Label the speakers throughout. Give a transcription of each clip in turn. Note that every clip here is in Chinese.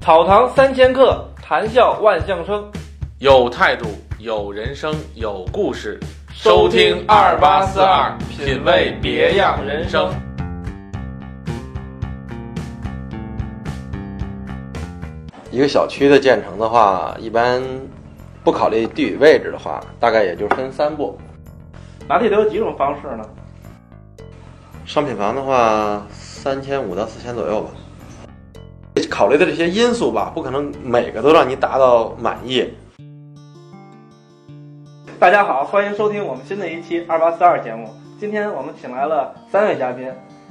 Speaker 1: 草堂三千客，谈笑万象生。
Speaker 2: 有态度，有人生，有故事。
Speaker 1: 收听2842
Speaker 2: 品味别样人生。
Speaker 3: 一个小区的建成的话，一般不考虑地理位置的话，大概也就分三步。
Speaker 1: 拿地都有几种方式呢？
Speaker 3: 商品房的话，三千五到四千左右吧。考虑的这些因素吧，不可能每个都让你达到满意。
Speaker 1: 大家好，欢迎收听我们新的一期二八四二节目。今天我们请来了三位嘉宾，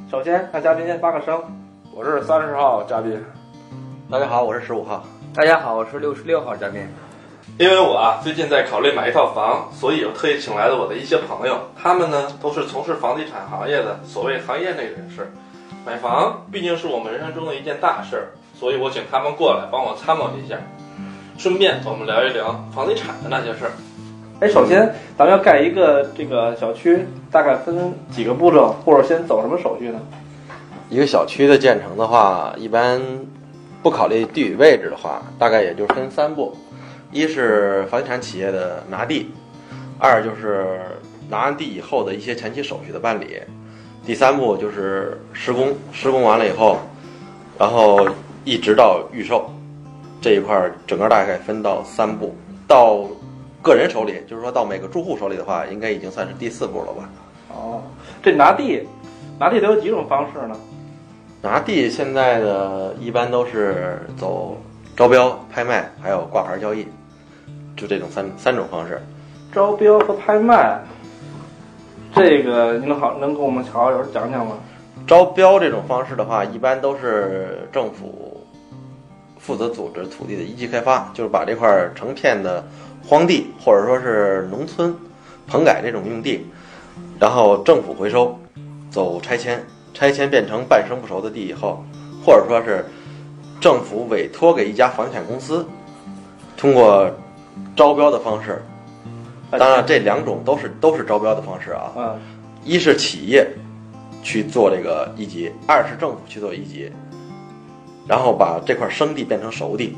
Speaker 1: 首先让嘉宾先发个声。
Speaker 2: 我是三十号嘉宾，
Speaker 3: 大家好，我是十五号。
Speaker 4: 大家好，我是六十六号嘉宾。
Speaker 2: 因为我啊最近在考虑买一套房，所以我特意请来了我的一些朋友，他们呢都是从事房地产行业的所谓行业内人士。买房毕竟是我们人生中的一件大事儿，所以我请他们过来帮我参谋一下，顺便我们聊一聊房地产的那些事儿。
Speaker 1: 哎，首先咱们要盖一个这个小区，大概分几个步骤，或者先走什么手续呢？
Speaker 3: 一个小区的建成的话，一般不考虑地理位置的话，大概也就分三步：一是房地产企业的拿地，二就是拿完地以后的一些前期手续的办理，第三步就是施工。施工完了以后，然后一直到预售这一块儿，整个大概分到三步。到个人手里，就是说到每个住户手里的话，应该已经算是第四步了吧？
Speaker 1: 哦，这拿地，拿地都有几种方式呢？
Speaker 3: 拿地现在的一般都是走招标、拍卖，还有挂牌交易，就这种三三种方式。
Speaker 1: 招标和拍卖，这个您好，能给我们好好讲讲吗？
Speaker 3: 招标这种方式的话，一般都是政府负责组织土地的一级开发，就是把这块儿成片的荒地或者说是农村棚改这种用地，然后政府回收，走拆迁，拆迁变成半生不熟的地以后，或者说是政府委托给一家房地产公司，通过招标的方式，当然这两种都是都是招标的方式啊，
Speaker 1: 嗯，
Speaker 3: 一是企业去做这个一级，二是政府去做一级，然后把这块生地变成熟地。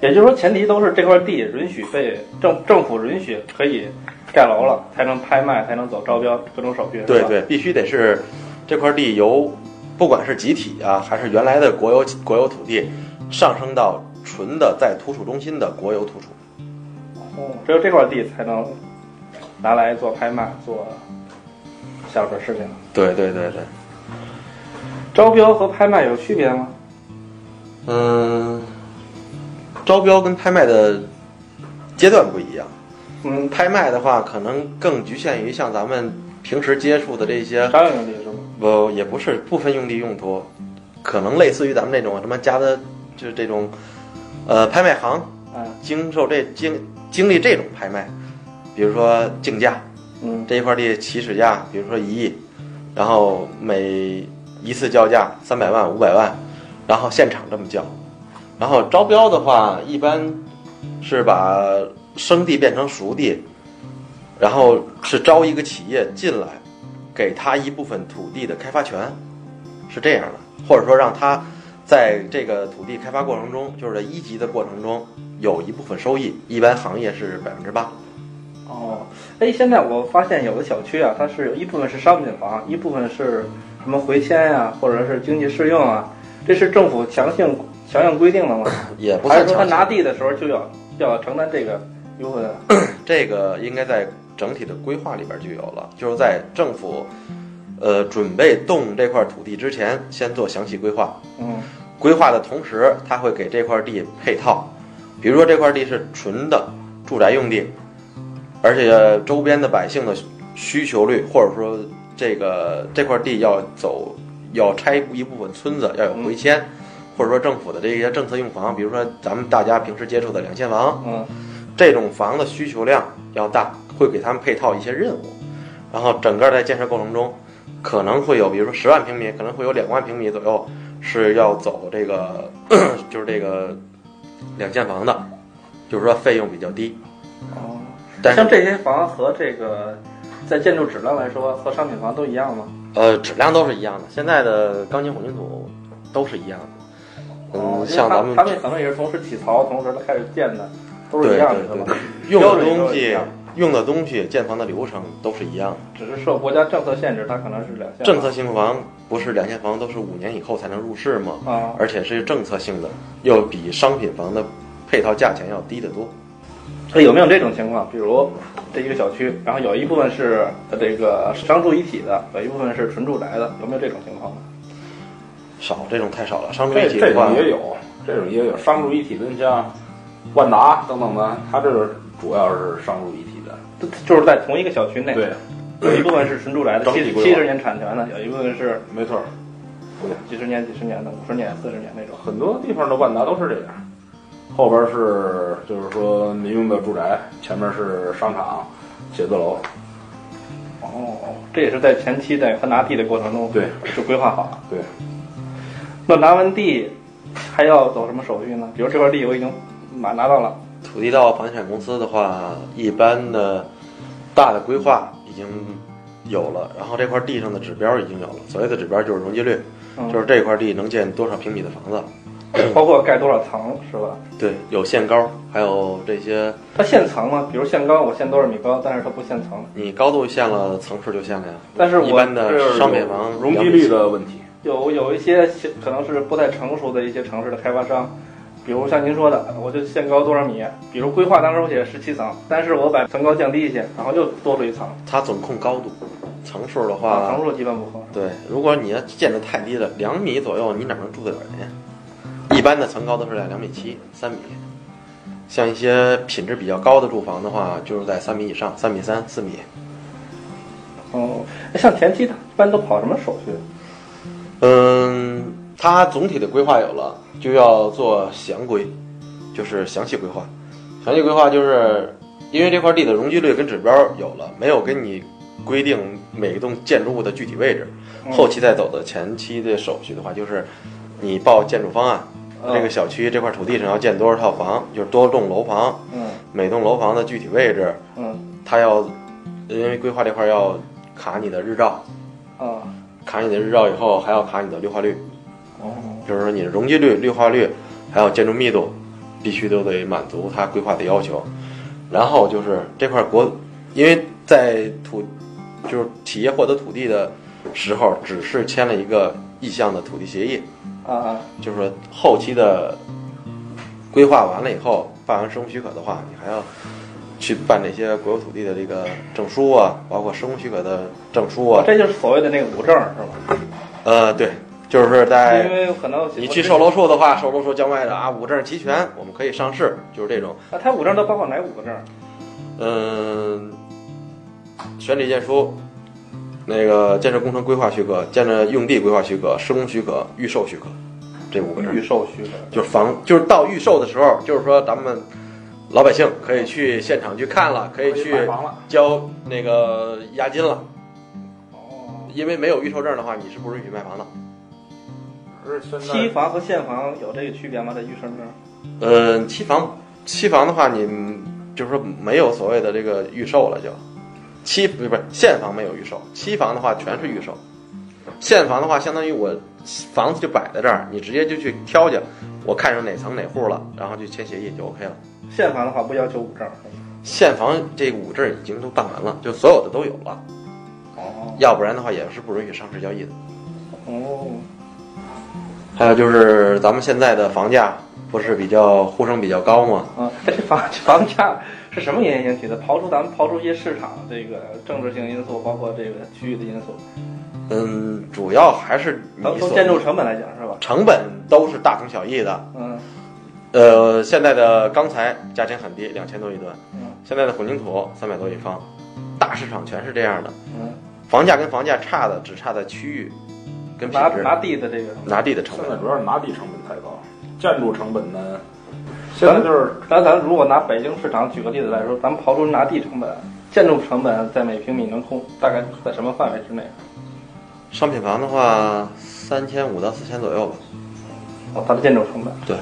Speaker 1: 也就是说，前提都是这块地允许被政政府允许可以盖楼了，才能拍卖，才能走招标各种手续。是吧
Speaker 3: 对，对，必须得是这块地由不管是集体啊，还是原来的国有国有土地，上升到纯的在土属中心的国有土属。
Speaker 1: 哦，只有这块地才能拿来做拍卖，做下边事情。
Speaker 3: 对对对对，
Speaker 1: 招标和拍卖有区别吗？
Speaker 3: 嗯，招标跟拍卖的阶段不一样。
Speaker 1: 嗯，
Speaker 3: 拍卖的话，可能更局限于像咱们平时接触的这些
Speaker 1: 商业用地是吗？
Speaker 3: 不，也不是不分用地用途，可能类似于咱们这种什么家的，就是这种，呃，拍卖行
Speaker 1: 嗯
Speaker 3: 经受这经经历这种拍卖，比如说竞价
Speaker 1: 嗯，
Speaker 3: 这一块地起始价，比如说一亿，然后每一次叫价三百万、五百万，然后现场这么叫，然后招标的话，一般是把生地变成熟地，然后是招一个企业进来，给他一部分土地的开发权，是这样的，或者说让他在这个土地开发过程中，就是在一级的过程中有一部分收益，一般行业是百分之八。
Speaker 1: 哦，哎，现在我发现有的小区啊，它是有一部分是商品房，一部分是什么回迁呀、或者是经济适用啊，这是政府强性强硬规定的吗？
Speaker 3: 也不
Speaker 1: 还是
Speaker 3: 算
Speaker 1: 说他
Speaker 3: 强
Speaker 1: 拿
Speaker 3: 行，
Speaker 1: 地的时候就要要承担这个啊一部分？
Speaker 3: 这个应该在整体的规划里边就有了，就是在政府，呃，准备动这块土地之前，先做详细规划。
Speaker 1: 嗯，
Speaker 3: 规划的同时，他会给这块地配套，比如说这块地是纯的住宅用地，而且周边的百姓的需求率，或者说这个这块地要走要拆一部分村子，要有回迁，或者说政府的这些政策用房，比如说咱们大家平时接触的两千房，
Speaker 1: 嗯，
Speaker 3: 这种房的需求量要大，会给他们配套一些任务，然后整个在建设过程中，可能会有比如说十万平米，可能会有两万平米左右是要走这个 就是这个两间房的，就是说费用比较低，
Speaker 1: 哦，
Speaker 3: 但
Speaker 1: 像
Speaker 3: 是
Speaker 1: 这些房和这个在建筑质量来说，和商品房都一
Speaker 3: 嗯
Speaker 1: 样吗？
Speaker 3: 呃质量都是一样的，现在的钢筋混凝土都是一样的，
Speaker 1: 哦
Speaker 3: 嗯，
Speaker 1: 因为
Speaker 3: 像
Speaker 1: 他
Speaker 3: 咱们
Speaker 1: 他们可能也是同时体操，同时开始建的，都是一样的，
Speaker 3: 对对
Speaker 1: 是吧？
Speaker 3: 用
Speaker 1: 标
Speaker 3: 的
Speaker 1: 准
Speaker 3: 东
Speaker 1: 都是一
Speaker 3: 西
Speaker 1: 样、
Speaker 3: 用的东西、建房的流程都是一样的。
Speaker 1: 只是受国家政策限制，它可能是两项
Speaker 3: 政策性房不是两间房都是五年以后才能入市吗？
Speaker 1: 啊，
Speaker 3: 而且是政策性的，又比商品房的配套价钱要低得多。
Speaker 1: 所以有没有这种情况？比如这一个小区，然后有一部分是呃这个商住一体的，有一部分是纯住宅的，有没有这种情况呢？
Speaker 3: 少这种太少了，商品
Speaker 5: 这
Speaker 3: 一体的
Speaker 5: 这
Speaker 3: 话
Speaker 5: 种，也有，这种也有商住一体的，你像万达等等的，它这是主要是商住一体的。
Speaker 1: 就就是在同一个小区内，
Speaker 5: 对，
Speaker 1: 有一部分是纯住宅的，
Speaker 3: 整体
Speaker 1: 七
Speaker 3: 规划
Speaker 1: 七十年产权的，有一部分是
Speaker 5: 没错儿，
Speaker 1: 几十年、几十年的，五十年、四十年那种。
Speaker 5: 很多地方的万达都是这样。后边是就是说民用的住宅，前面是商场、写字楼。
Speaker 1: 哦，这也是在前期在他拿地的过程中，
Speaker 5: 对，
Speaker 1: 是规划好了。
Speaker 5: 对，
Speaker 1: 那拿完地还要走什么手续呢？比如这块地我已经拿拿到了，
Speaker 3: 土地到房地产公司的话，一般的大的规划已经有了，然后这块地上的指标已经有了。所谓的指标就是容积率，
Speaker 5: 哦
Speaker 1: 嗯，
Speaker 3: 就是这块地能建多少平米的房子。
Speaker 1: 包括盖多少层是吧？
Speaker 3: 对，有限高，还有这些
Speaker 1: 它限层吗？比如限高，我限多少米高，但是它不限层。
Speaker 3: 你高度限了，层数就限了呀。
Speaker 1: 但是
Speaker 3: 一
Speaker 1: 我
Speaker 3: 般的商品房
Speaker 5: 容积率的问题，
Speaker 1: 有有一些可能是不太成熟的一些城市的开发商，比如像您说的，我就限高多少米，比如规划当时我写十七层，但是我把层高降低一些，然后又多出一层，
Speaker 3: 它总控高度，层数的
Speaker 1: 啊，
Speaker 3: 话
Speaker 1: 层，数基本不合。
Speaker 3: 对，如果你要建的太低了，两米左右，你哪能住得了人呀？一般的层高都是在两米七、三米，像一些品质比较高的住房的话，就是在三米以上，三米三、四米。
Speaker 1: 哦，像前期它一般都跑什么手续？
Speaker 3: 嗯，它总体的规划有了，就要做详规，就是详细规划。详细规划就是因为这块地的容积率跟指标有了，没有跟你规定每一栋建筑物的具体位置。
Speaker 1: 嗯
Speaker 3: 后期再走的前期的手续的话，就是你报建筑方案，这
Speaker 1: 呃
Speaker 3: 个小区这块土地上要建多少套房，就是多栋楼房，
Speaker 1: 嗯
Speaker 3: 每栋楼房的具体位置，
Speaker 1: 嗯
Speaker 3: 它要因为规划这块要卡你的日照，
Speaker 1: 啊
Speaker 3: 卡你的日照以后还要卡你的绿化率。
Speaker 1: 哦
Speaker 3: 就是说你的容积率、绿化率，还有建筑密度，必须都得满足它规划的要求。然后就是这块国，因为在土，就是企业获得土地的时候，只是签了一个意向的土地协议，
Speaker 1: 啊啊
Speaker 3: 就是说后期的规划完了以后，办完施工许可的话，你还要去办这些国有土地的这个证书啊，包括施工许可的证书啊。
Speaker 1: 哦这就是所谓的那个无证是吧？
Speaker 3: 呃，对，就是在
Speaker 1: 因为可能
Speaker 3: 哎你去售楼处的话，售楼处叫卖的啊，五证齐全，我们可以上市，就是这种。
Speaker 1: 啊，它五证都包括哪五个证？
Speaker 3: 嗯，选址意见书，那个建设工程规划许可、建设用地规划许可、施工许可、预售许可，这五个证
Speaker 1: 预售许可。
Speaker 3: 就是房，就是到预售的时候，就是说咱们老百姓可以去现场去看了，可以去
Speaker 5: 买房了。
Speaker 3: 交那个押金了，
Speaker 1: 哦，
Speaker 3: 因为没有预售证的话，你是不允许卖房的。
Speaker 5: 而且现
Speaker 1: 期
Speaker 5: 在
Speaker 1: 房和现房有这个区别吗？在预售证？
Speaker 3: 嗯，期房期房的话，你就是说没有所谓的这个预售了就，期不是不是现房没有预售，期房的话全是预售。现房的话，相当于我房子就摆在这儿，你直接就去挑去，我看上哪层哪户了，然后就签协议就 OK 了。
Speaker 1: 现房的话不要求五证。
Speaker 3: 现房这五证已经都办完了，就所有的都有了，
Speaker 1: 哦
Speaker 3: 要不然的话也是不允许上市交易的。
Speaker 1: 哦，
Speaker 3: 还有就是咱们现在的房价不是比较呼声比较高吗？
Speaker 1: 啊，这房这房价是什么原因引起的？刨出咱们刨出一些市场这个政治性因素，包括这个区域的因素，
Speaker 3: 嗯，主要还是嗯你
Speaker 1: 从
Speaker 3: 所
Speaker 1: 从建筑成本来讲是吧？
Speaker 3: 成本都是大同小异的。
Speaker 1: 嗯
Speaker 3: 呃，现在的钢材价钱很低，两千多一吨；
Speaker 1: 嗯
Speaker 3: 现在的混凝土三百多一方，大市场全是这样的。
Speaker 1: 嗯，
Speaker 3: 房价跟房价差的只差在区域，跟品
Speaker 1: 拿
Speaker 3: 质、
Speaker 1: 拿地的这个，
Speaker 3: 拿地的成
Speaker 5: 现在
Speaker 3: 本。
Speaker 5: 主要是拿地成本太高，建筑成本呢，现在就是
Speaker 1: 那咱如果拿北京市场举个例子来说，咱们刨出拿地成本。建筑成本在每平米能控大概在什么范围之内？
Speaker 3: 商品房的话，三千五到四千左右吧。
Speaker 1: 哦，它的建筑成本。
Speaker 3: 对，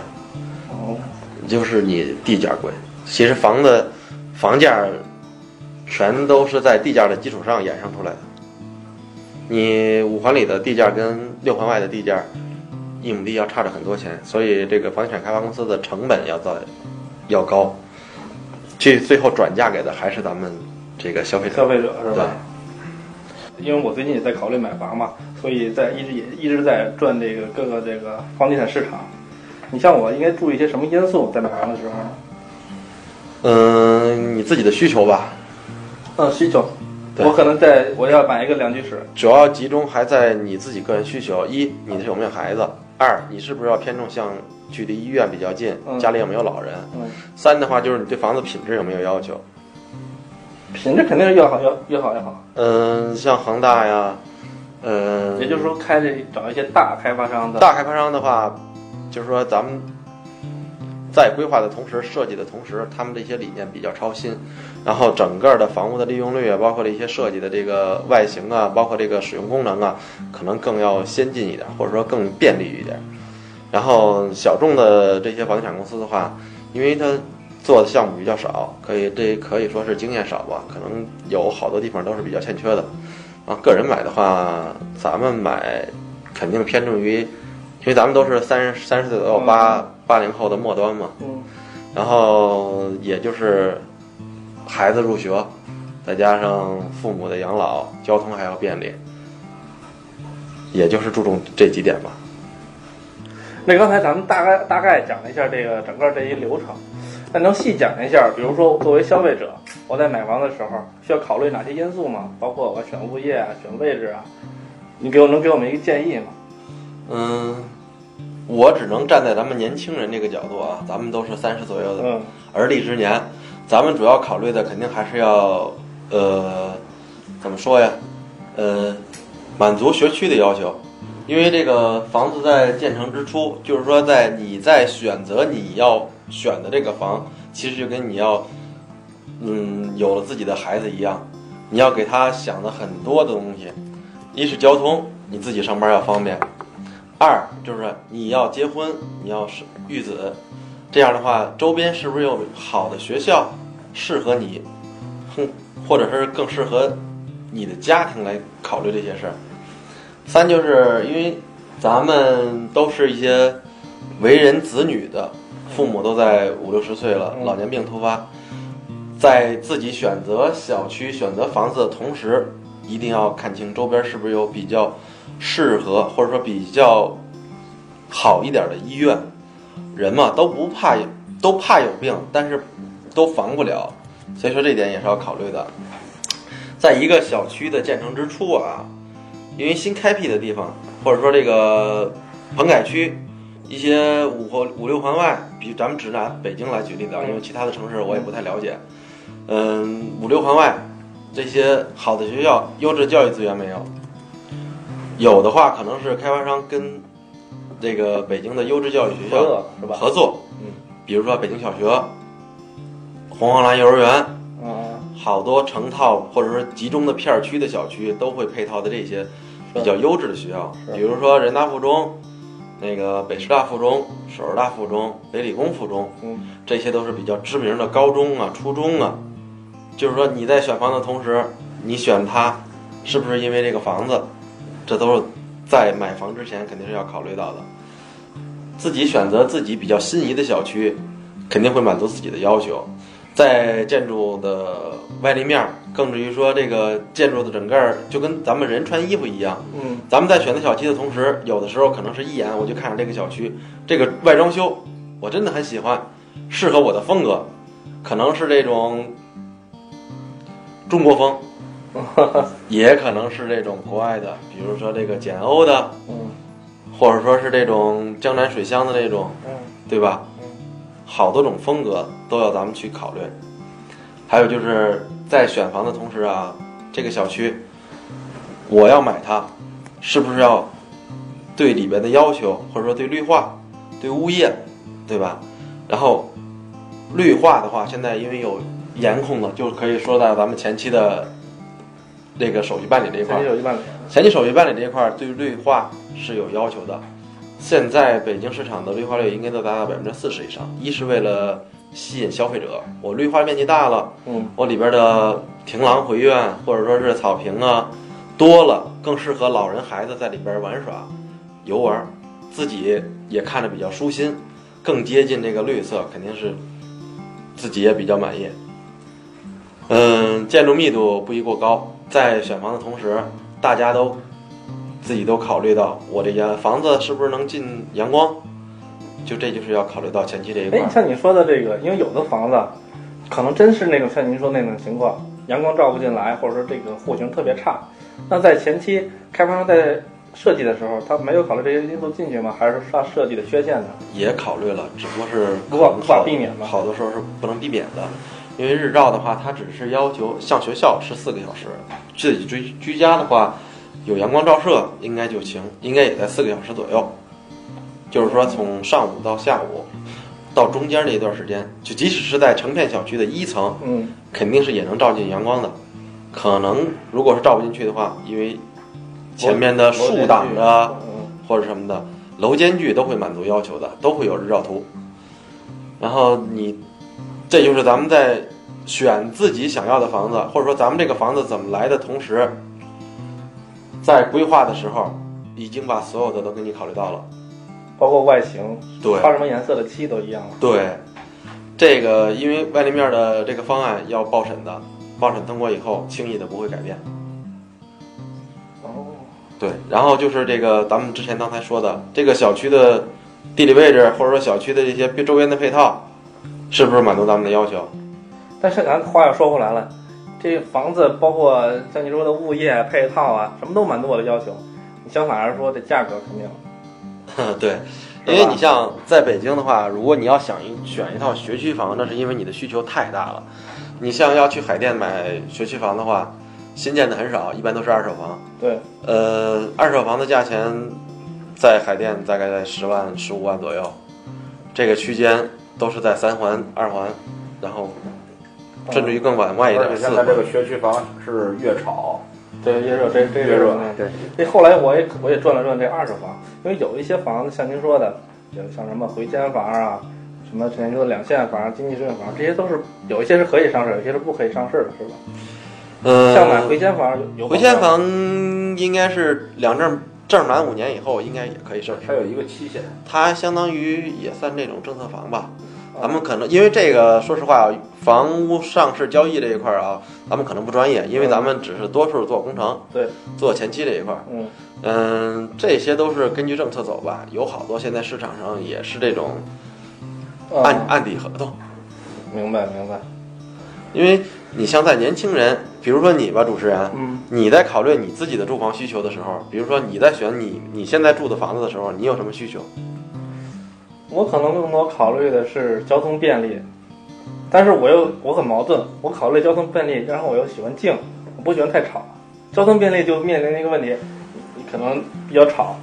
Speaker 1: 哦，
Speaker 3: 就是你地价贵，其实房的房价全都是在地价的基础上衍生出来的。你五环里的地价跟六环外的地价，一亩地要差着很多钱，所以这个房地产开发公司的成本要在要高，这最后转嫁给的还是咱们这个消费者。
Speaker 1: 消费者是吧？因为我最近也在考虑买房嘛，所以在一直也一直在转这个各个这个房地产市场。你像我应该注意一些什么因素在买房的时候呢？
Speaker 3: 嗯，你自己的需求吧，
Speaker 1: 嗯，需求，
Speaker 3: 对
Speaker 1: 我可能在我要买一个两居室，
Speaker 3: 主要集中还在你自己个人需求：一，你有没有孩子；二，你是不是要偏重向距离医院比较近，
Speaker 1: 嗯
Speaker 3: 家里有没有老人；
Speaker 1: 嗯，
Speaker 3: 三的话就是你对房子品质有没有要求。
Speaker 1: 品质肯定是越好越越好越好。
Speaker 3: 嗯，像恒大呀，嗯，
Speaker 1: 也就是说，开这找一些大开发商的，
Speaker 3: 大开发商的话，就是说咱们在规划的同时、设计的同时，他们的一些理念比较超新，然后整个的房屋的利用率啊，包括这些设计的这个外形啊，包括这个使用功能啊，可能更要先进一点，或者说更便利一点。然后小众的这些房地产公司的话，因为它做的项目比较少，可以这可以说是经验少吧，可能有好多地方都是比较欠缺的。然后个人买的话，咱们买肯定偏重于，因为咱们都是三十三十岁左右
Speaker 1: 嗯
Speaker 3: 八八零后的末端嘛，
Speaker 1: 嗯，
Speaker 3: 然后也就是孩子入学，再加上父母的养老，交通还要便利，也就是注重这几点吧。
Speaker 1: 那刚才咱们大概大概讲了一下这个整个这一流程，那能细讲一下？比如说，作为消费者，我在买房的时候需要考虑哪些因素吗？包括我选物业啊、选位置啊，你给我能给我们一个建议吗？
Speaker 3: 嗯，我只能站在咱们年轻人这个角度啊，咱们都是三十左右的
Speaker 1: 嗯
Speaker 3: 而立之年，咱们主要考虑的肯定还是要，呃，怎么说呀？呃，满足学区的要求，因为这个房子在建成之初，就是说在你在选择你要选的这个房，其实就跟你要，嗯，有了自己的孩子一样，你要给他想的很多的东西，一是交通，你自己上班要方便；二就是你要结婚，你要是育子，这样的话，周边是不是有好的学校适合你，哼，或者是更适合你的家庭来考虑这些事儿？三就是因为咱们都是一些为人子女的，父母都在五六十岁了，
Speaker 1: 嗯
Speaker 3: 老年病突发，在自己选择小区、选择房子的同时，一定要看清周边是不是有比较适合或者说比较好一点的医院。人嘛都不怕有，都怕有病，但是都防不了，所以说这点也是要考虑的。在一个小区的建成之初啊，因为新开辟的地方，或者说这个棚改区，一些五或五六环外，比咱们只拿北京来举例子啊，因为其他的城市我也不太了解。嗯，五六环外这些好的学校、优质教育资源没有，有的话可能是开发商跟这个北京的优质教育学
Speaker 1: 合
Speaker 3: 校
Speaker 1: 作是吧？
Speaker 3: 合作，
Speaker 1: 嗯，
Speaker 3: 比如说北京小学、红黄蓝幼儿园，
Speaker 1: 嗯，
Speaker 3: 好多成套或者说集中的片儿区的小区都会配套的这些比较优质的学校，
Speaker 1: 是
Speaker 3: 比如说人大附中、那个北师大附中、首师大附中、北理工附中，
Speaker 1: 嗯
Speaker 3: 这些都是比较知名的高中啊、初中啊。就是说你在选房的同时，你选它是不是因为这个房子，这都是在买房之前肯定是要考虑到的。自己选择自己比较心仪的小区，肯定会满足自己的要求。在建筑的外立面儿，更至于说这个建筑的整个儿就跟咱们人穿衣服一样，
Speaker 1: 嗯，
Speaker 3: 咱们在选择小区的同时，有的时候可能是一眼我就看上这个小区，这个外装修我真的很喜欢，适合我的风格，可能是这种中国风，也可能是这种国外的，比如说这个简欧的，
Speaker 1: 嗯，
Speaker 3: 或者说是这种江南水乡的那种，
Speaker 1: 嗯，
Speaker 3: 对吧
Speaker 1: 嗯？
Speaker 3: 好多种风格都要咱们去考虑。还有就是在选房的同时啊，这个小区我要买它，是不是要对里边的要求，或者说对绿化、对物业，对吧？然后绿化的话，现在因为有严控的，就可以说到咱们前期的那个手续办理这一
Speaker 1: 前
Speaker 3: 块儿
Speaker 1: 期。有一万
Speaker 3: 前期手续办理这一块儿对绿化是有要求的。现在北京市场的绿化率应该都达到百分之四十以上，一是为了吸引消费者，我绿化面积大了，
Speaker 1: 嗯，
Speaker 3: 我里边的庭廊回院或者说是草坪啊多了，更适合老人孩子在里边玩耍、游玩。自己也看着比较舒心，更接近这个绿色，肯定是自己也比较满意。嗯，建筑密度不宜过高，在选房的同时，大家都自己都考虑到我这家房子是不是能进阳光，就这就是要考虑到前期这一块
Speaker 1: 哎，
Speaker 3: 儿。
Speaker 1: 像你说的这个，因为有的房子可能真是那种像您说那种情况，阳光照不进来，或者说这个户型特别差。那在前期开发商在设计的时候，他没有考虑这些因素进去吗？还是他设计的缺陷呢？
Speaker 3: 也考虑了，只不过是
Speaker 1: 无法
Speaker 3: 考
Speaker 1: 无法避免吧
Speaker 3: 好多时候是不能避免的，因为日照的话，它只是要求像学校十四个小时，自己居居家的话，有阳光照射应该就行，应该也在四个小时左右。就是说，从上午到下午，到中间这一段时间，就即使是在成片小区的一层，
Speaker 1: 嗯，
Speaker 3: 肯定是也能照进阳光的。可能如果是照不进去的话，因为前面的树挡着啊，
Speaker 1: 嗯，
Speaker 3: 或者什么的，楼间距都会满足要求的，都会有日照图。然后你，这就是咱们在选自己想要的房子，或者说咱们这个房子怎么来的同时，在规划的时候已经把所有的都给你考虑到了。
Speaker 1: 包括外形，
Speaker 3: 对
Speaker 1: 刷什么颜色的漆都一样了。
Speaker 3: 对，这个因为外立面的这个方案要报审的，报审通过以后轻易的不会改变。
Speaker 1: 哦，
Speaker 3: 对，然后就是这个咱们之前刚才说的，这个小区的地理位置，或者说小区的这些周边的配套，是不是满足咱们的要求？
Speaker 1: 但是咱话又说回来了，这房子包括像你说的物业配套啊，什么都满足我的要求。你相反而说，这价格肯定
Speaker 3: 对，因为你像在北京的话，如果你要想一选一套学区房，那是因为你的需求太大了。你像要去海淀买学区房的话，新建的很少，一般都是二手房。
Speaker 1: 对，
Speaker 3: 呃，二手房的价钱在海淀大概在十万、十五万左右，这个区间都是在三环、二环，然后甚至于更往外一
Speaker 5: 而
Speaker 3: 点，
Speaker 5: 且
Speaker 3: 四
Speaker 5: 现在
Speaker 3: 环
Speaker 5: 这。个学区房是越炒
Speaker 1: 嗯对，也热，这这
Speaker 5: 越热
Speaker 1: 嗯
Speaker 4: 对，
Speaker 1: 这后来我也我也转了转这二手房，因为有一些房子像您说的，有像什么回迁房啊，什么之前说的两线房、啊经济适用房，这些都是有一些是可以上市，有一些是不可以上市的，是吧？
Speaker 3: 呃，
Speaker 1: 像买回迁房有有
Speaker 3: 回迁房应该是两证证满五年以后，应该也可以上
Speaker 5: 它
Speaker 3: 市。
Speaker 5: 有一个期限，
Speaker 3: 它相当于也算这种政策房吧。
Speaker 1: 啊
Speaker 3: 咱们可能因为这个，说实话啊，房屋上市交易这一块儿啊，咱们可能不专业，因为咱们只是多数做工程，
Speaker 1: 对，
Speaker 3: 做前期这一块儿。
Speaker 1: 嗯，
Speaker 3: 嗯，这些都是根据政策走吧，有好多现在市场上也是这种
Speaker 5: 嗯
Speaker 1: 啊
Speaker 3: 按、按底合同，
Speaker 1: 明白明白，
Speaker 3: 因为你像在年轻人，比如说你吧，主持人，
Speaker 1: 嗯，
Speaker 3: 你在考虑你自己的住房需求的时候，比如说你在选你你现在住的房子的时候，你有什么需求？
Speaker 1: 我可能更多考虑的是交通便利，但是我又我很矛盾，我考虑交通便利，然后我又喜欢静，我不喜欢太吵。交通便利就面临一个问题，你你可能比较吵，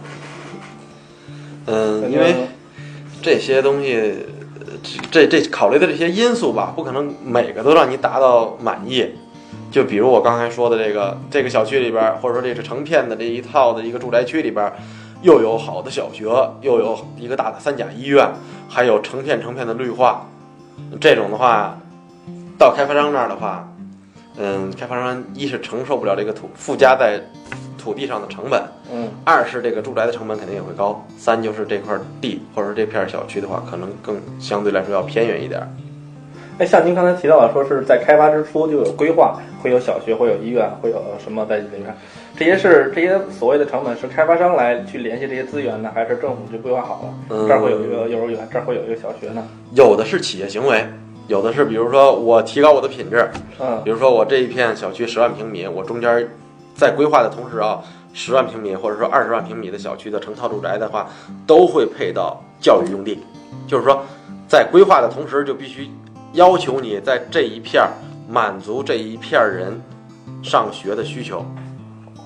Speaker 3: 嗯，因为这些东西，呃这这这考虑的这些因素吧，不可能每个都让你达到满意。就比如我刚才说的这个这个小区里边儿，或者说这是成片的这一套的一个住宅区里边儿，又有好的小学，又有一个大的三甲医院，还有成片成片的绿化，这种的话，到开发商那儿的话，嗯，开发商一是承受不了这个土附加在土地上的成本，
Speaker 1: 嗯，
Speaker 3: 二是这个住宅的成本肯定也会高，三就是这块地或者这片小区的话，可能更相对来说要偏远一点。
Speaker 1: 哎，像您刚才提到的，说是在开发之初就有规划，会有小学，会有医院，会有什么在里面，这些是这些所谓的成本是开发商来去联系这些资源呢，还是政府去规划好了？
Speaker 3: 嗯
Speaker 1: 这儿会有一个幼儿园，这儿会有一个小学呢？
Speaker 3: 有的是企业行为，有的是比如说我提高我的品质，
Speaker 1: 嗯，
Speaker 3: 比如说我这一片小区十万平米，我中间在规划的同时啊，十万平米或者说二十万平米的小区的成套住宅的话，都会配到教育用地，就是说在规划的同时就必须要求你在这一片儿满足这一片儿人上学的需求。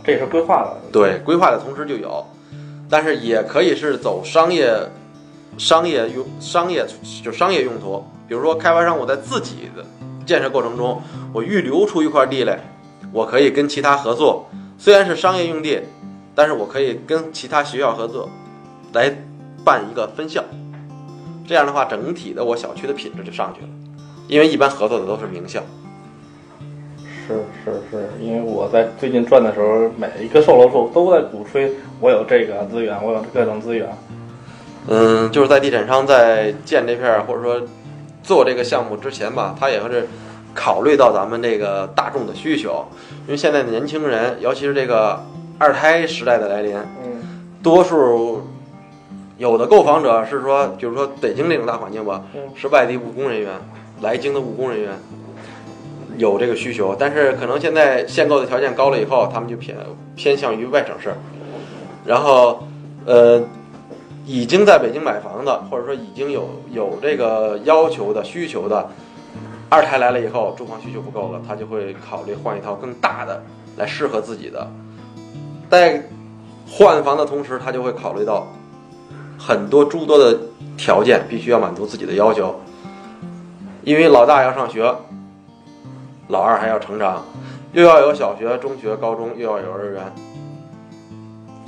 Speaker 1: 这也是规划的。
Speaker 3: 对，规划的同时就有，但是也可以是走商业、商业用、商业就商业用途。比如说，开发商我在自己的建设过程中，我预留出一块地来，我可以跟其他合作，虽然是商业用地，但是我可以跟其他学校合作，来办一个分校。这样的话，整体的我小区的品质就上去了，因为一般合作的都是名校。
Speaker 1: 是是是，因为我在最近转的时候，每一个售楼处都在鼓吹我有这个资源，我有各种资源。
Speaker 3: 嗯，就是在地产商在建这片儿或者说做这个项目之前吧，他也会是考虑到咱们这个大众的需求，因为现在的年轻人，尤其是这个二胎时代的来临，
Speaker 1: 嗯
Speaker 3: 多数有的购房者是说，比如说北京这种大环境吧
Speaker 1: 嗯，
Speaker 3: 是外地务工人员、来京的务工人员有这个需求，但是可能现在限购的条件高了以后，他们就偏偏向于外省市，然后呃，已经在北京买房的，或者说已经有有这个要求的需求的。二胎来了以后，住房需求不够了，他就会考虑换一套更大的，来适合自己的。在换房的同时，他就会考虑到很多诸多的条件，必须要满足自己的要求。因为老大要上学，老二还要成长，又要有小学、中学、高中，又要有幼儿园，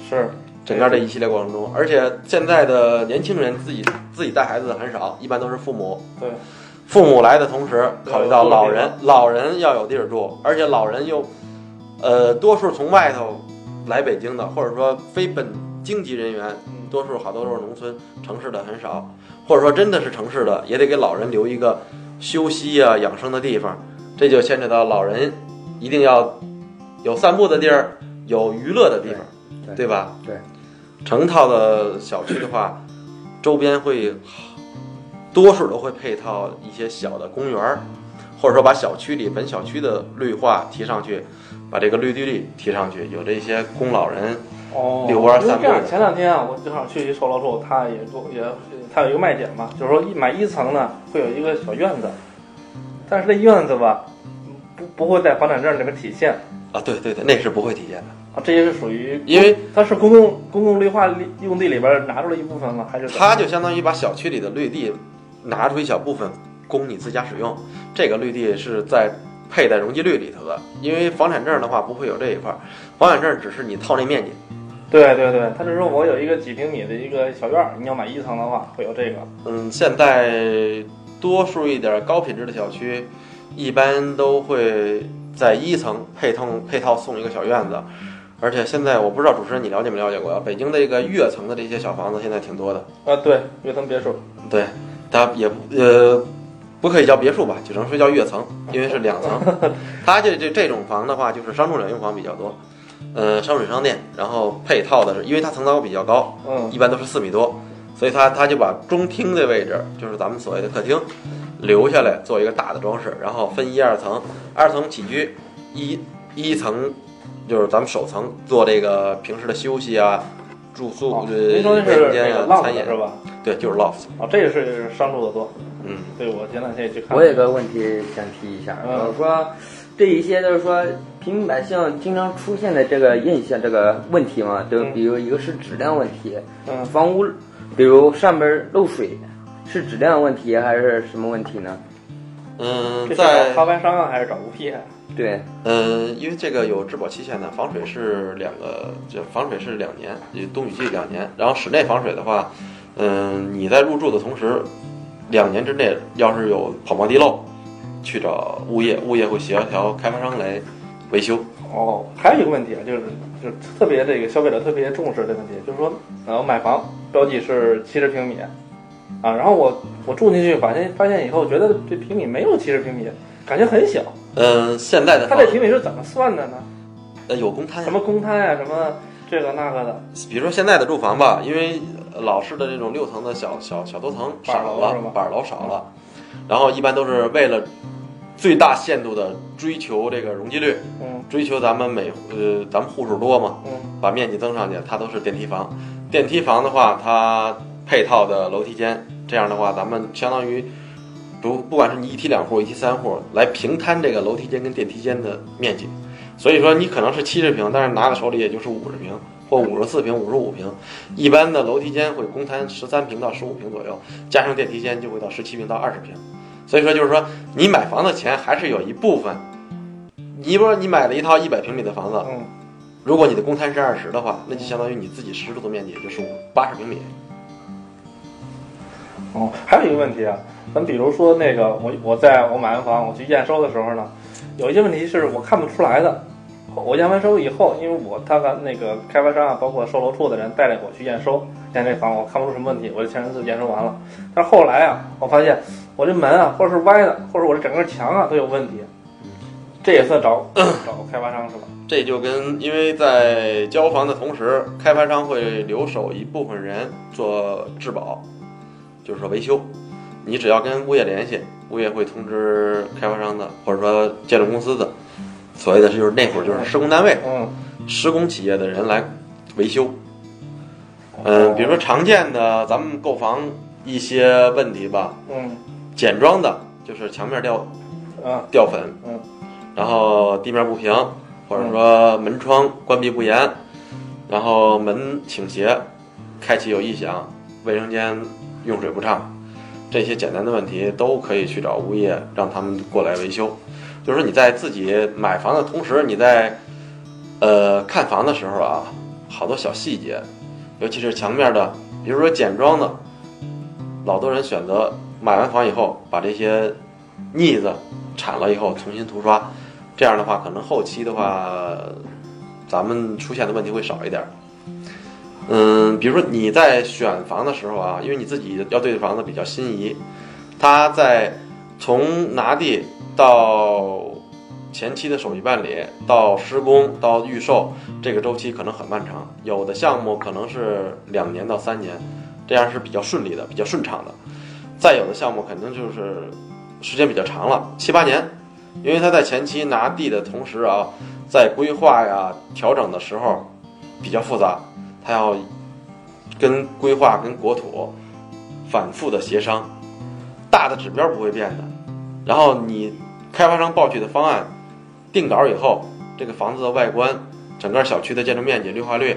Speaker 1: 是
Speaker 3: 整个这一系列过程中，而且现在的年轻人自己自己带孩子的很少，一般都是父母。
Speaker 1: 对，
Speaker 3: 父母来的同时，考虑到老
Speaker 1: 要有
Speaker 3: 人，老人要有地儿住，而且老人又，呃，多数从外头来北京的，或者说非本经济人员，
Speaker 1: 嗯
Speaker 3: 多数好多都是农村，城市的很少，或者说真的是城市的，也得给老人留一个休息啊、养生的地方。这就牵扯到老人一定要有散步的地儿，有娱乐的地方，
Speaker 4: 对
Speaker 3: 对吧？
Speaker 4: 对，
Speaker 3: 成套的小区的话，周边会多数都会配套一些小的公园儿，或者说把小区里本小区的绿化提上去，把这个绿地率提上去，有这些供老人
Speaker 1: 哦，
Speaker 3: 遛弯儿
Speaker 1: 因为
Speaker 3: 散步
Speaker 1: 这样，前两天啊，我正好去一售楼处，他也做也他有一个卖点嘛，就是说一买一层呢会有一个小院子，但是这院子吧，不不会在房产证里面体现
Speaker 3: 啊，对对对，那是不会体现的，
Speaker 1: 啊，这些是属于
Speaker 3: 因为
Speaker 1: 它是公共公共绿化利用地里边拿出了一部分吗？还是怎么
Speaker 3: 它就相当于把小区里的绿地拿出一小部分供你自家使用，这个绿地是在配在容积率里头的，因为房产证的话不会有这一块儿，房产证只是你套内面积，
Speaker 1: 对对对，他是说我有一个几平米的一个小院儿，你要买一层的话会有这个。
Speaker 3: 嗯，现在多数一点高品质的小区，一般都会在一层配套配套送一个小院子，而且现在我不知道主持人你了解没了解过啊，北京的这个跃层的这些小房子现在挺多的，
Speaker 1: 啊，对，跃层别墅。
Speaker 3: 对，它也不呃不可以叫别墅吧，只能说叫跃层，因为是 两层。它这这这种房的话，就是商住两用房比较多，呃，商品商店，然后配套的是，因为它层高比较高，
Speaker 1: 嗯，
Speaker 3: 一般都是四米多，所以它它就把中厅的位置，就是咱们所谓的客厅，留下来做一个大的装饰，然后分一二层，二层起居，一一层就是咱们首层做这个平时的休息啊。住宿
Speaker 1: 哦，
Speaker 3: 呃
Speaker 1: 您说的是
Speaker 3: 卫生
Speaker 1: 那
Speaker 3: 间
Speaker 1: 个
Speaker 3: 啊，
Speaker 1: 浪
Speaker 3: 餐饮
Speaker 1: 子是吧？
Speaker 3: 对，就是 loft，
Speaker 1: 啊，这个是商住的多。
Speaker 3: 嗯，
Speaker 1: 对，我前两天也去看。
Speaker 4: 我有个问题想提一下，
Speaker 1: 嗯
Speaker 4: 就是说，对一些就是说平民百姓经常出现的这个现象、这个问题嘛，就
Speaker 1: 嗯
Speaker 4: 比如一个是质量问题，
Speaker 1: 嗯，
Speaker 4: 房屋，比如上边漏水，是质量问题还是什么问题呢？
Speaker 3: 嗯
Speaker 1: 这，是
Speaker 3: 在
Speaker 1: 找开发商啊，还是找物业啊？
Speaker 4: 对，
Speaker 3: 嗯，因为这个有质保期限的，防水是两个，就防水是两年，也冬雨季两年。然后室内防水的话，嗯，你在入住的同时，两年之内要是有跑冒滴漏，去找物业，物业会协调开发商来维修。
Speaker 1: 哦，还有一个问题啊，就是就是特别这个消费者特别重视的问题，就是说，呃，我买房标记是七十平米，啊，然后我我住进去，发现发现以后，觉得这平米没有七十平米，感觉很小。
Speaker 3: 嗯，现在的
Speaker 1: 它
Speaker 3: 房
Speaker 1: 这平米是怎么算的呢？
Speaker 3: 呃有公摊呀
Speaker 1: 什么公摊呀、什么这个那个的，
Speaker 3: 比如说现在的住房吧，
Speaker 1: 嗯
Speaker 3: 因为呃老式的这种六层的小小小多层
Speaker 1: 板
Speaker 3: 少
Speaker 1: 楼
Speaker 3: 了
Speaker 1: 是吧，嗯
Speaker 3: 板楼少了，然后一般都是为了最大限度的追求这个容积率，
Speaker 1: 嗯
Speaker 3: 追求咱们每呃咱们户数多嘛，
Speaker 1: 嗯
Speaker 3: 把面积增上去，它都是电梯房。电梯房的话，它配套的楼梯间，这样的话，咱们相当于不不管是你一梯两户、一梯三户，来平摊这个楼梯间跟电梯间的面积。所以说你可能是七十平，但是拿到手里也就是五十平或五十四平、五十五平。一般的楼梯间会公摊十三平到十五平左右，加上电梯间就会到十七平到二十平。所以说就是说，你买房的钱还是有一部分。你比如说你买了一套一百平米的房子，
Speaker 1: 嗯，
Speaker 3: 如果你的公摊是二十的话，那就相当于你自己实住的面积也就是五八十平米。
Speaker 1: 哦，还有一个问题啊，咱比如说那个我我在我买完房我去验收的时候呢，有一些问题是我看不出来的，我验完收以后，因为我他个那个开发商啊，包括售楼处的人带着我去验收，验这房我看不出什么问题，我就前三次验收完了。但是后来啊，我发现我这门啊，或者是歪的，或者我这整个墙啊都有问题，这也算找 找开发商是吧？
Speaker 3: 这就跟因为在交房的同时，开发商会留守一部分人做质保，就是说维修。你只要跟物业联系，物业会通知开发商的，或者说建筑公司的，所谓的就是那会儿就是施工单位、
Speaker 1: 嗯，
Speaker 3: 施工企业的人来维修。嗯，比如说常见的咱们购房一些问题吧，
Speaker 1: 嗯
Speaker 3: 简装的就是墙面掉
Speaker 1: 啊
Speaker 3: 掉粉，
Speaker 1: 嗯，
Speaker 3: 然后地面不平，或者说门窗关闭不严，然后门倾斜，开启有异响，卫生间用水不畅，这些简单的问题都可以去找物业，让他们过来维修。就是说你在自己买房的同时，你在呃看房的时候啊，好多小细节，尤其是墙面的，比如说简装的，老多人选择买完房以后把这些腻子铲了以后重新涂刷，这样的话可能后期的话，咱们出现的问题会少一点儿。嗯，比如说你在选房的时候啊，因为你自己要对房子比较心仪，它在从拿地到前期的手续办理，到施工到预售，这个周期可能很漫长，有的项目可能是两年到三年，这样是比较顺利的，比较顺畅的。再有的项目肯定就是时间比较长了，七八年，因为他在前期拿地的同时啊，在规划呀、调整的时候比较复杂，他要跟规划、跟国土反复的协商，大的指标不会变的。然后你开发商报举的方案定稿以后，这个房子的外观、整个小区的建筑面积、绿化率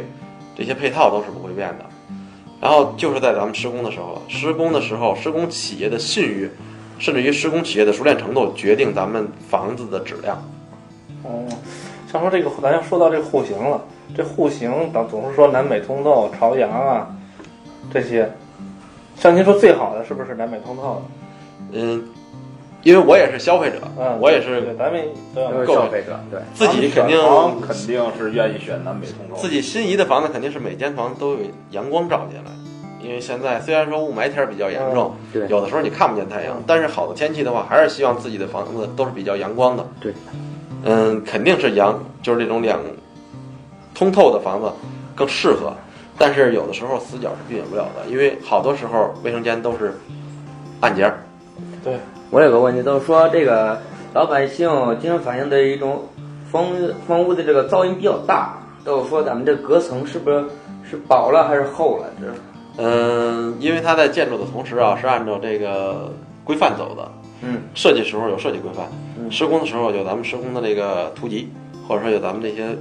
Speaker 3: 这些配套都是不会变的。然后就是在咱们施工的时候了，施工的时候，施工企业的信誉甚至于施工企业的熟练程度决定咱们房子的质量。
Speaker 1: 哦，像说这个，咱要说到这个户型了，这户型咱总是说南北通透、朝阳啊这些，像您说最好的是不是南北通透的？
Speaker 3: 嗯，因为我也是消费者，
Speaker 1: 嗯，
Speaker 3: 我也是
Speaker 1: 对，咱们都要
Speaker 4: 都是
Speaker 3: 够
Speaker 4: 消费者，对，
Speaker 3: 自己肯定
Speaker 5: 咱们选房肯定是愿意选南北通透的，
Speaker 3: 自己心仪的房子，肯定是每间房都有阳光照进来。因为现在虽然说雾霾天儿比较严重，
Speaker 4: 嗯对嗯
Speaker 3: 有的时候你看不见太阳，但是好的天气的话，还是希望自己的房子都是比较阳光的。
Speaker 4: 对，
Speaker 3: 嗯，肯定是阳，就是这种两通透的房子更适合。但是有的时候死角是避免不了的，因为好多时候卫生间都是暗节儿。
Speaker 4: 我有个问题，就是说这个老百姓经常反映的一种房屋房屋的这个噪音比较大，都是说咱们这隔层是不是是薄了还是厚了？这是
Speaker 3: 嗯，因为它在建筑的同时啊，是按照这个规范走的。
Speaker 4: 嗯，
Speaker 3: 设计时候有设计规范，施工的时候有咱们施工的这个图集，或者说有咱们这些，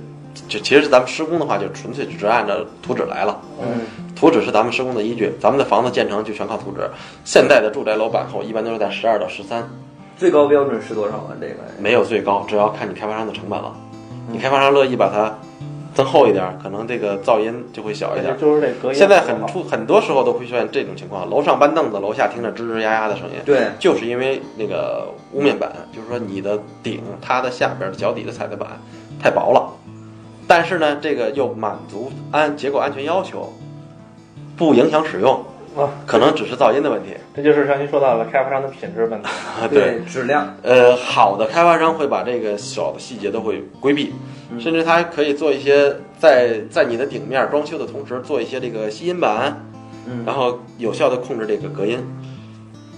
Speaker 3: 就其实咱们施工的话，就纯粹只是按照图纸来了。
Speaker 1: 嗯，
Speaker 3: 图纸是咱们施工的依据，咱们的房子建成就全靠图纸。现在的住宅楼板厚一般都是在十二到十三，
Speaker 4: 最高标准是多少啊？这个
Speaker 3: 没有最高，只要看你开发商的成本了。你开发商乐意把它增厚一点，可能这个噪音就会小一点。
Speaker 1: 就是这隔音。
Speaker 3: 现在很出很多时候都会出现这种情况，楼上搬凳子，楼下听着吱吱呀呀的声音，
Speaker 4: 对，
Speaker 3: 就是因为那个屋面板，就是说你的顶它的下边的脚底的踩的板太薄了，但是呢，这个又满足安结构安全要求，不影响使用
Speaker 1: 啊，
Speaker 3: 可能只是噪音的问题。
Speaker 1: 这就是像您说到了开发商的品质问题。
Speaker 3: 啊，
Speaker 4: 对，质量
Speaker 3: 呃，好的开发商会把这个小的细节都会规避，
Speaker 1: 嗯
Speaker 3: 甚至他还可以做一些在在你的顶面装修的同时做一些这个吸音板，
Speaker 4: 嗯
Speaker 3: 然后有效的控制这个隔音。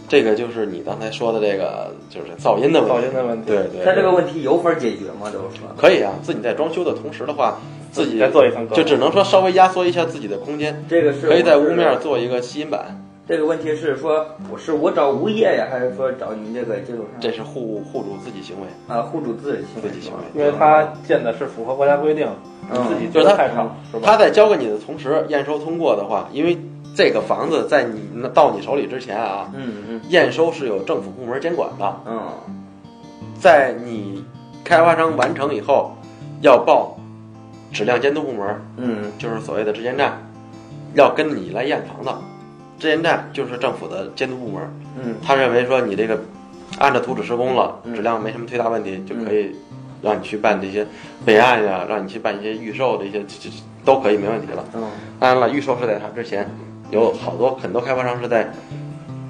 Speaker 3: 这个就是你刚才说的这个就是噪音的问
Speaker 1: 噪
Speaker 3: 题。
Speaker 1: 音的问题。
Speaker 3: 对对，
Speaker 4: 它这个
Speaker 3: 对
Speaker 4: 问题有法解决吗？都是说
Speaker 3: 可以啊，自己在装修的同时的话，自己
Speaker 1: 再做一层隔音
Speaker 3: 就只能说稍微压缩一下自己的空间，
Speaker 4: 这个是
Speaker 3: 可以在
Speaker 4: 我
Speaker 3: 屋
Speaker 4: 是
Speaker 3: 面做一个吸音板，
Speaker 4: 这个问题是说我是我找物业呀，还是说找您这个建筑商
Speaker 3: 这是户户主自己行为，
Speaker 4: 啊户主自己行为
Speaker 3: 自己行为。
Speaker 1: 因为他建的是符合国家规定，你
Speaker 4: 嗯
Speaker 1: 自己
Speaker 3: 就是他
Speaker 1: 太少是吧？
Speaker 3: 他在交给你的同时，验收通过的话，因为这个房子在你到你手里之前啊，
Speaker 4: 嗯嗯
Speaker 3: 验收是有政府部门监管的，
Speaker 4: 嗯
Speaker 3: 在你开发商完成以后，要报质量监督部门，
Speaker 4: 嗯
Speaker 3: 就是所谓的质监站，要跟你来验房的。质监站就是政府的监督部门，
Speaker 4: 嗯
Speaker 3: 他认为说你这个按照图纸施工了，
Speaker 4: 嗯
Speaker 3: 质量没什么忒大问题，就可以让你去办这些备案呀、让你去办一些预售的一些，这这这都可以，没问题了。
Speaker 4: 嗯，
Speaker 3: 当然了，预售是在它之前，有好多很多开发商是在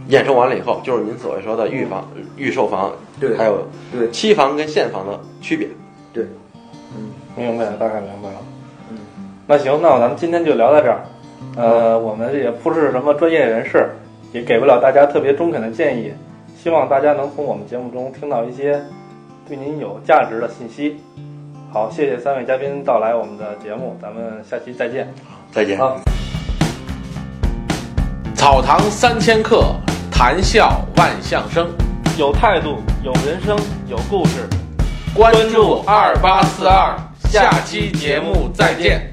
Speaker 3: 验收完了以后，就是您所谓说的预房、预售房，
Speaker 4: 对
Speaker 3: 还有
Speaker 4: 对
Speaker 3: 期房跟现房的区别。
Speaker 4: 对，
Speaker 1: 明白了，大概明白了。
Speaker 4: 嗯，
Speaker 1: 那行，那咱们今天就聊到这儿。呃，我们也不是什么专业人士，也给不了大家特别中肯的建议，希望大家能从我们节目中听到一些对您有价值的信息。好，谢谢三位嘉宾到来我们的节目，咱们下期再见。
Speaker 3: 再见。
Speaker 4: 好。
Speaker 6: 草堂三千客，谈笑万象生。
Speaker 2: 有态度，有人生，有故事。
Speaker 6: 关注二八四二，下期节目再见。